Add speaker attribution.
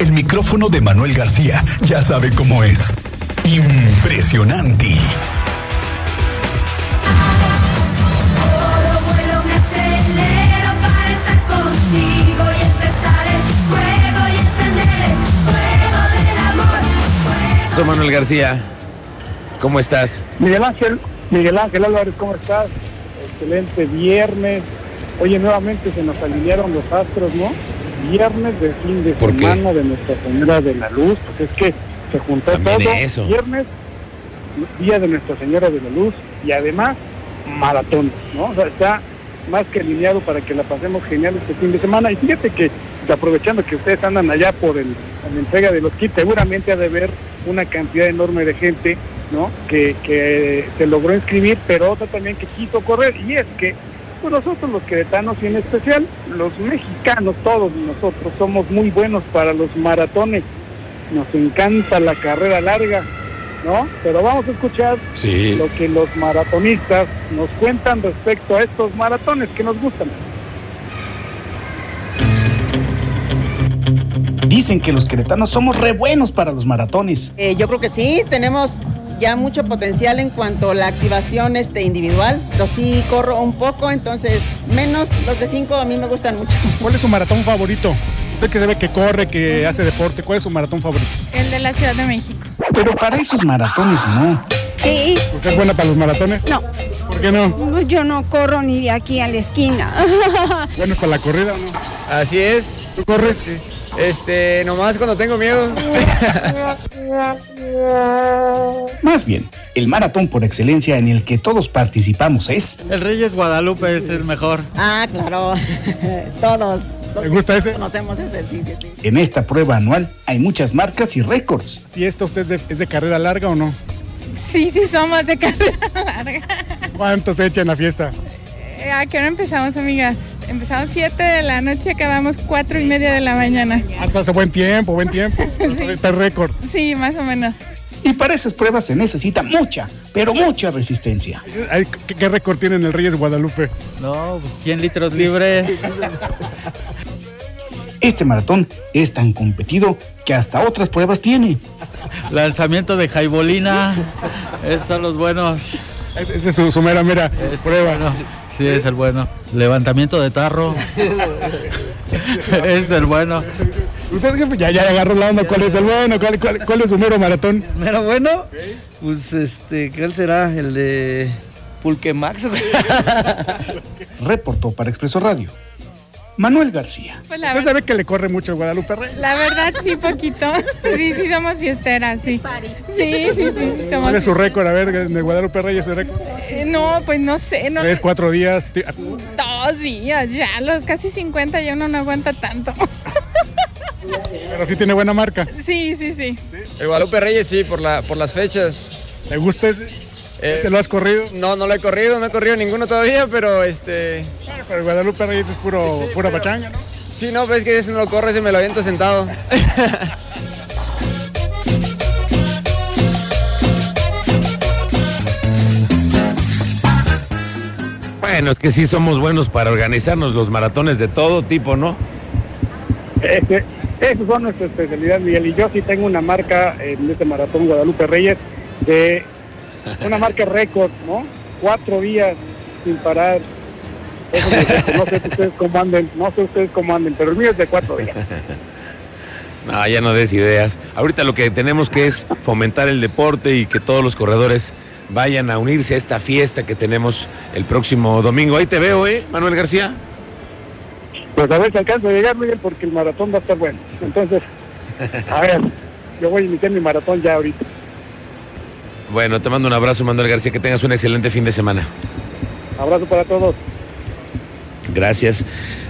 Speaker 1: el micrófono de Manuel García. Ya sabe cómo es. Impresionante.
Speaker 2: Todo vuelo me acelero para estar contigo y empezar el juego y encender el fuego del amor.
Speaker 3: Soy Manuel García, ¿cómo estás?
Speaker 4: Miguel Ángel, Miguel Ángel Álvarez, ¿cómo estás? Excelente viernes. Oye, nuevamente se nos alinearon los astros, ¿no? Viernes del fin de
Speaker 3: ¿Por qué?
Speaker 4: semana de Nuestra Señora de la Luz, pues es que se juntó
Speaker 3: También
Speaker 4: Pues todo.
Speaker 3: eso.
Speaker 4: Viernes, día de Nuestra Señora de la Luz y además maratón, ¿no? O sea, está más que alineado para que la pasemos genial este fin de semana. Y fíjate que, aprovechando que ustedes andan allá por el, en la entrega de los kits, seguramente ha de haber una cantidad enorme de gente, ¿no? Que, que se logró inscribir, pero otra también que quiso correr. Y es que pues nosotros los queretanos y en especial los mexicanos, todos nosotros somos muy buenos para los maratones. Nos encanta la carrera larga, ¿no? Pero vamos a escuchar
Speaker 3: Sí.
Speaker 4: lo que los maratonistas nos cuentan respecto a estos maratones que nos gustan.
Speaker 5: Dicen que los queretanos somos re buenos para los maratones.
Speaker 6: Eh, yo creo que sí, tenemos ya mucho potencial en cuanto a la activación este, individual. Yo sí corro un poco, entonces menos los de 5 a mí me gustan mucho.
Speaker 7: ¿Cuál es su maratón favorito? Usted que se ve que corre, que hace deporte, ¿cuál es su maratón favorito?
Speaker 8: El de la Ciudad de México.
Speaker 5: Pero para esos maratones no.
Speaker 8: Sí,
Speaker 7: ¿Usted es buena para los maratones?
Speaker 8: no,
Speaker 7: ¿Por qué no?
Speaker 8: pues yo no corro ni de aquí a la esquina.
Speaker 7: ¿Bueno es para la corrida o no?
Speaker 9: Así es.
Speaker 7: ¿Tú corres? Sí.
Speaker 9: Este, nomás cuando tengo miedo.
Speaker 5: Más bien, el maratón por excelencia en el que todos participamos es.
Speaker 9: El Reyes Guadalupe es el mejor.
Speaker 6: Ah, claro, todos. los
Speaker 7: ¿Le gusta ese?
Speaker 6: Conocemos ese, sí, sí, sí.
Speaker 5: En esta prueba anual hay muchas marcas y récords.
Speaker 7: ¿Y esta usted es de, es de carrera larga o no?
Speaker 8: Sí, sí, somos de carrera larga.
Speaker 7: ¿Cuánto se echa en la fiesta?
Speaker 8: Eh, ¿A qué hora empezamos, amiga? Empezamos 7 de la noche, acabamos 4 y media de la mañana.
Speaker 7: ¿Cuánto hace buen tiempo, buen tiempo? Está el récord.
Speaker 8: Sí, más o menos.
Speaker 5: Y para esas pruebas se necesita mucha, pero mucha resistencia.
Speaker 7: Ay, ¿Qué, qué récord tiene en el Reyes Guadalupe?
Speaker 9: No, pues 100 litros libres.
Speaker 5: Este maratón es tan competido que hasta otras pruebas tiene.
Speaker 9: Lanzamiento de jaibolina. Esos son los buenos.
Speaker 7: Ese ese es su, su mera, mera
Speaker 9: Es
Speaker 7: prueba.
Speaker 9: bueno. Sí, es el bueno. Levantamiento de tarro. es el bueno.
Speaker 7: Usted jefe, ya, ya agarró la onda, ¿cuál es el bueno? ¿Cuál, cuál, cuál es su mero maratón?
Speaker 10: ¿Mero bueno? Pues este, ¿cuál será? El de Pulque Max.
Speaker 5: Reportó para Expreso Radio. Manuel García.
Speaker 8: Pues la,
Speaker 7: Usted
Speaker 8: ver-
Speaker 7: sabe que le corre mucho el Guadalupe Reyes.
Speaker 8: la verdad, sí, poquito. Sí, sí, somos fiesteras, sí. Sí, sí, sí, sí, somos
Speaker 7: ¿Cuál es su récord? A ver, en el Guadalupe Reyes su récord.
Speaker 8: Eh, No, pues no sé, no.
Speaker 7: Tres, cuatro días. ti-
Speaker 8: Dos días, ya, los casi 50 ya uno no aguanta tanto.
Speaker 7: Pero sí tiene buena marca.
Speaker 8: Sí, sí, sí.
Speaker 9: El Guadalupe Reyes, sí, por, la, por las fechas.
Speaker 7: ¿Te gusta ese?
Speaker 9: Eh,
Speaker 7: ¿Ese lo has corrido?
Speaker 9: No, no lo he corrido, no he corrido ninguno todavía, pero este.
Speaker 7: Bueno, Pero el Guadalupe Reyes es puro, pura pachanga, ¿no?
Speaker 9: Sí, no, ves que ese no lo corre, se me lo aviento sentado.
Speaker 3: Bueno, es que sí somos buenos para organizarnos los maratones de todo tipo, ¿no?
Speaker 4: Ese, esos Este, son nuestra especialidad, Miguel. Y yo sí tengo una marca en este maratón Guadalupe Reyes de una marca récord, ¿no? Cuatro días sin parar. Eso es récord. no sé si ustedes cómo anden, no sé ustedes cómo anden, pero el mío es de cuatro días.
Speaker 3: No, ya no des ideas. Ahorita lo que tenemos que es fomentar el deporte y que todos los corredores vayan a unirse a esta fiesta que tenemos el próximo domingo. Ahí te veo, ¿eh, Manuel García?
Speaker 4: Pues a ver si alcanzo a llegar, Miguel, porque el maratón va a estar bueno. Entonces, a ver, yo voy a iniciar mi maratón ya ahorita.
Speaker 3: Bueno, te mando un abrazo, Manuel García. Que tengas un excelente fin de semana.
Speaker 4: Abrazo para todos.
Speaker 3: Gracias.